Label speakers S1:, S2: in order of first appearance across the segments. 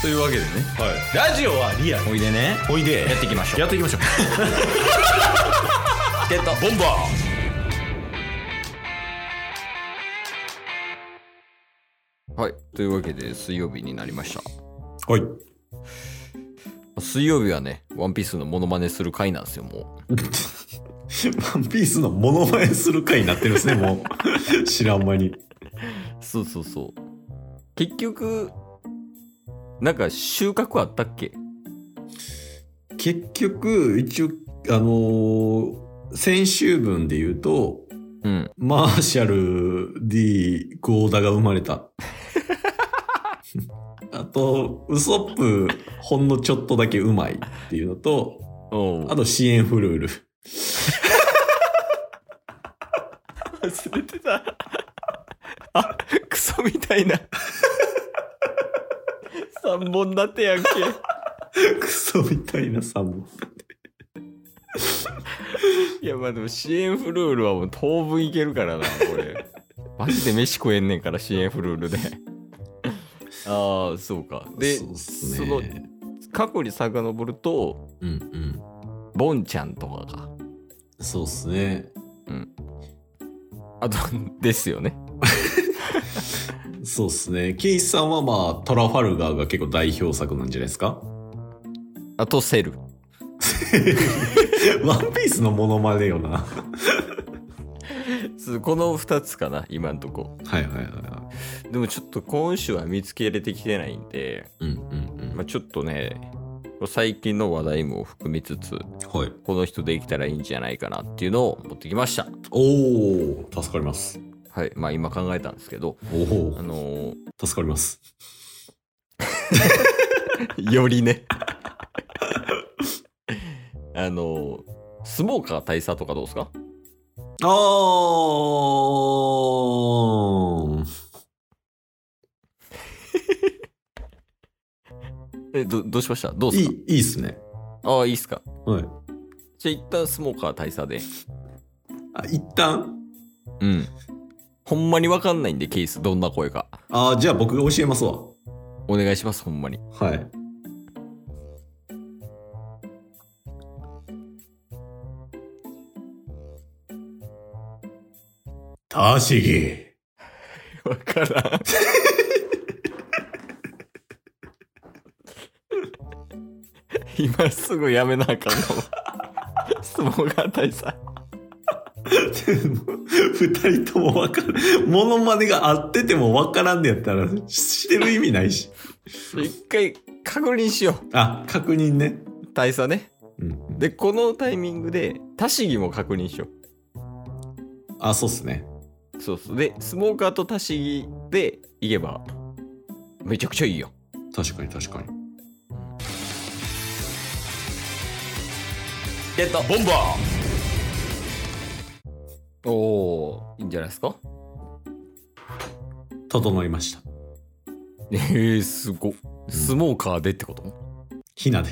S1: というわけでね
S2: はい、ラジオはリアル
S1: おいでね
S2: おいで
S1: やっていきましょう
S2: やっていきましょう
S1: ゲット
S2: ボンバ
S1: はいというわけで水曜日になりました
S2: ーはい
S1: 水曜日はねワンピースのモノマネする回なんですよも
S2: ワンピースのモノマネする回になってるんですねもう 知らん間に
S1: うそうそうそう結局なんか収穫あったっけ
S2: 結局一応あのー先週分で言うと
S1: うん
S2: マーシャル D ゴーダが生まれた あとウソップほんのちょっとだけうまいっていうのと
S1: お
S2: あと支援フルール
S1: 忘れてた あクソみたい な3本立てやんけ
S2: クソみたいな3本
S1: いやまあでも支援フルールはもう当分いけるからなこ れマジで飯食えんねんから支援フルールで ああそうかで
S2: そうっす
S1: そ
S2: ね
S1: の過去に遡ると
S2: うんうん
S1: ボンちゃんとかが
S2: そうっすね
S1: あと ですよね
S2: そうっすねケイスさんはまあトラファルガーが結構代表作なんじゃないですか
S1: あとセル
S2: ワンピースのモノマネよな は
S1: そうこの2つかな今んとこ
S2: いはいはいは
S1: でもちょっと今週は見つけれてきてないんで
S2: いうんうん
S1: まあ、ちょっとね最近の話題も含みつつ
S2: うんはい
S1: この人できたらいいんじゃないかなっていうのを持ってきました
S2: おお助かります
S1: はいまあ今考えたんですけど
S2: おお
S1: あの
S2: 助かります
S1: ー よりね あのースモーカー大佐とかどうですか
S2: あー
S1: えどどうしましたどう
S2: い
S1: す
S2: い
S1: か
S2: いいっすね
S1: ああいいっすか
S2: はい
S1: じゃあ一旦スモーカー大佐で
S2: あ一旦
S1: うんほんまにわかんないんでケースどんな声か
S2: あーじゃあ僕が教えますわ
S1: お願いしますほんまに
S2: はい。たしぎ。
S1: わからん。 今すぐやめなあかん かも。相撲が大佐。
S2: 二人ともわかる。モノマネが合っててもわからんでやったら、してる意味ないし。
S1: 一回確認しよ
S2: あ、確認ね。
S1: う。大佐ね。
S2: うん。
S1: で、このタイミングで、他市議も確認しよ
S2: あ、そうっすね。
S1: う。そうそう。で、スモーカーと他市議で行けば、めちゃくちゃいいよ。
S2: 確かに確かに。
S1: ゲット
S2: ボンバ
S1: おー、いいんじゃないですか
S2: ー整いました。
S1: えー、すご。スモーカーでってこと、
S2: ひなで。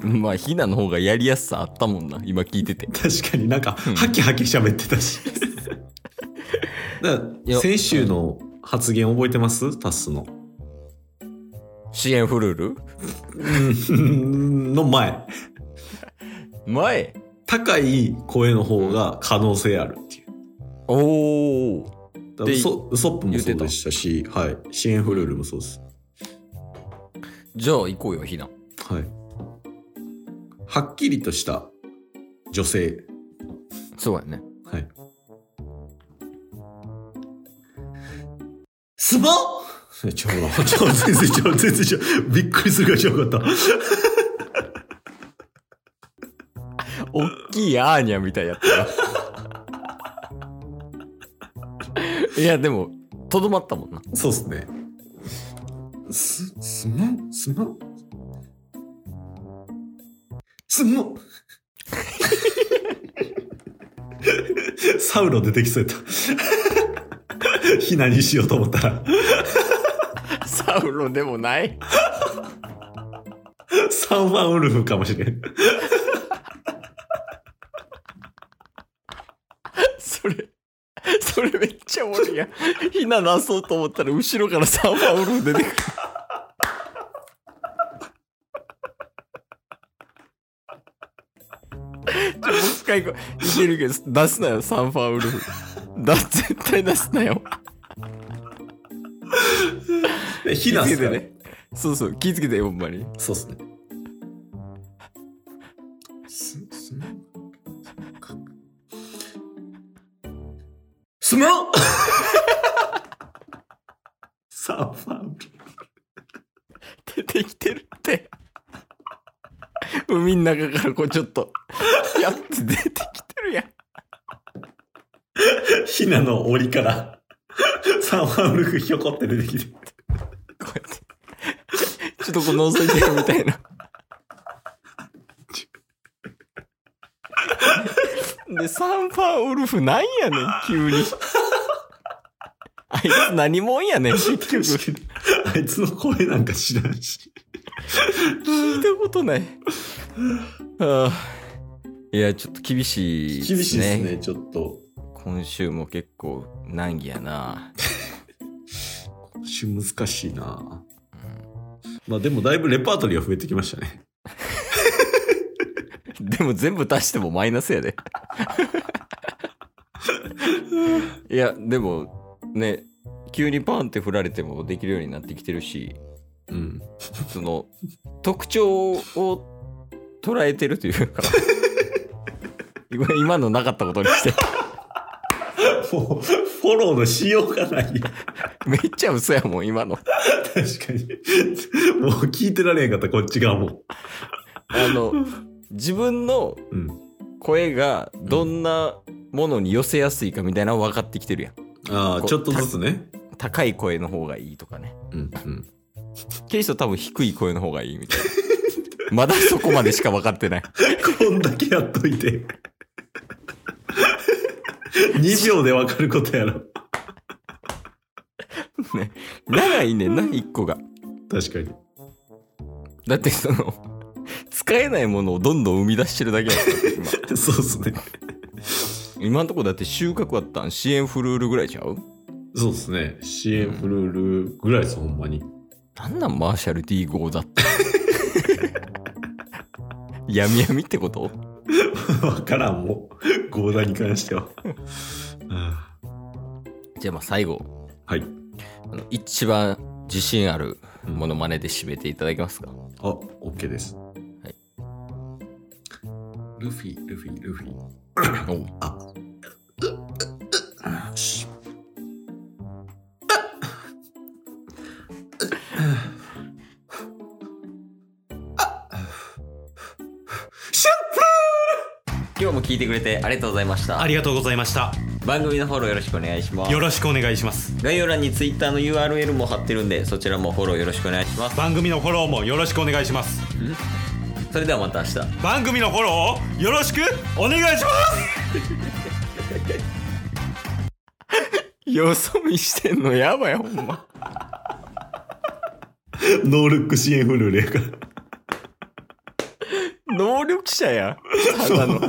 S1: まあ、ヒナの方がやりやすさあったもんな。今聞いてて。
S2: 確かになんか、
S1: うん
S2: ハキハキ喋って たし。だか
S1: いや
S2: ら先週の発言覚えてますタスの。
S1: 支援フルール
S2: うんの前。
S1: 前
S2: 高い声の方が可能性あるっていう。
S1: おお
S2: だから
S1: で
S2: ウソウソップも
S1: 言っ
S2: そ
S1: て
S2: う
S1: た
S2: でしたし、はい。支援フルールもそうです。
S1: じゃあ行こうよひな
S2: はい。はっきりとした女性。
S1: そうやね
S2: はい。スボ ちょうど、ちょうど、全然ちょうど、全然ちょうど、びっくりするからちょうどよかっ
S1: おっきいアーニャみたいやった よいやでもとどまったもんな
S2: た。そうっすね。す、すまん、すまん。すまん。サウロ出てきそうやった。 ひなにしようと思ったら、
S1: サウロでもない
S2: サンワンウルフかもしれん。
S1: それそれめっちゃおもろいやん。ひな出そうと思ったら後ろからサンファウルー出てくる。ちょ、もう一回行こう。いけるけど、出すなよ、サンフ ァウルー。だ、絶対出すなよ。
S2: えひな
S1: 気ぃつ
S2: っす
S1: け
S2: か
S1: てね。そうそう、気ぃつけてよ、ほんまに。
S2: そうっすね。す、す、すまんサーファー
S1: 出てきてるって。海の中からこうちょっと、やって出てきてるやん。
S2: ヒナの檻から、サンファウルフひょこって出てきて。
S1: こうやって。ちょっとこう覗いてるみたいな。で、サンファンウルフなんやねん、急に。あいつ何もんやねん、結局。聞い
S2: あいつの声なんか知らんし。
S1: たことない。ああいや、ちょっと厳しい
S2: 厳しいですね、ちょっと。
S1: 今週も結構難儀やな。
S2: 今週難しいなまあでもだいぶレパートリーは増えてきましたね。
S1: でも全部足してもマイナスやで。いや、でもね、急にパンって振られてもできるようになってきてるし、
S2: うん。
S1: その特徴を捉えてるというか、今今のなかったことにして、
S2: もう、フォローのしようがないよ。
S1: めっちゃ嘘やもん、今の。
S2: 確かに。 もう聞いてられへんかった、こっち側も。
S1: あの、自分の
S2: うん。
S1: 声がどんなものに寄せやすいかみたいなの分かってきてるやん。
S2: ああ、
S1: こう
S2: ちょっとずつね。
S1: 高い声の方がいいとかね。
S2: うんうん。
S1: ケイシと多分低い声の方がいいみ たいな。まだそこまでしか分かってない。
S2: こんだけやっとい て。2秒でわかることやろ。
S1: ね、長いねんな、一個が。
S2: 確かに。
S1: だってその、使えないものをどんどん生み出してるだけやから
S2: そうっすね。
S1: 今。今んとこだって収穫あったん支援フルールぐらいちゃう
S2: そうですね。CM フルールぐらいです、ほんまに。
S1: なんなんマーシャル D5 だ って。闇闇ってこと
S2: わからん、もう。ゴーダに関しては。あ
S1: じゃあまあ最後、
S2: あはい。
S1: あの一番自信あるものまねで締めていただけますか
S2: あ、OK です。
S1: い
S2: ルフィ、ルフィ、ルフィ。
S1: おう
S2: し
S1: 今日も聞いてくれてありがとうございました
S3: あ。りがとうございました
S1: 番組のフォローよろしくお願いします
S3: よ。ろしくお願いします
S1: 概要欄に Twitter の URL も貼ってるんでそちらもフォローよろしくお願いします
S3: 番組のフォローもよろしくお願いします
S1: それではまた明日
S3: 番組のフォローをよろしくお願いします
S1: よそ見してんのやばいほんま
S2: ノールック CM フルールやから。
S1: 能力者やただの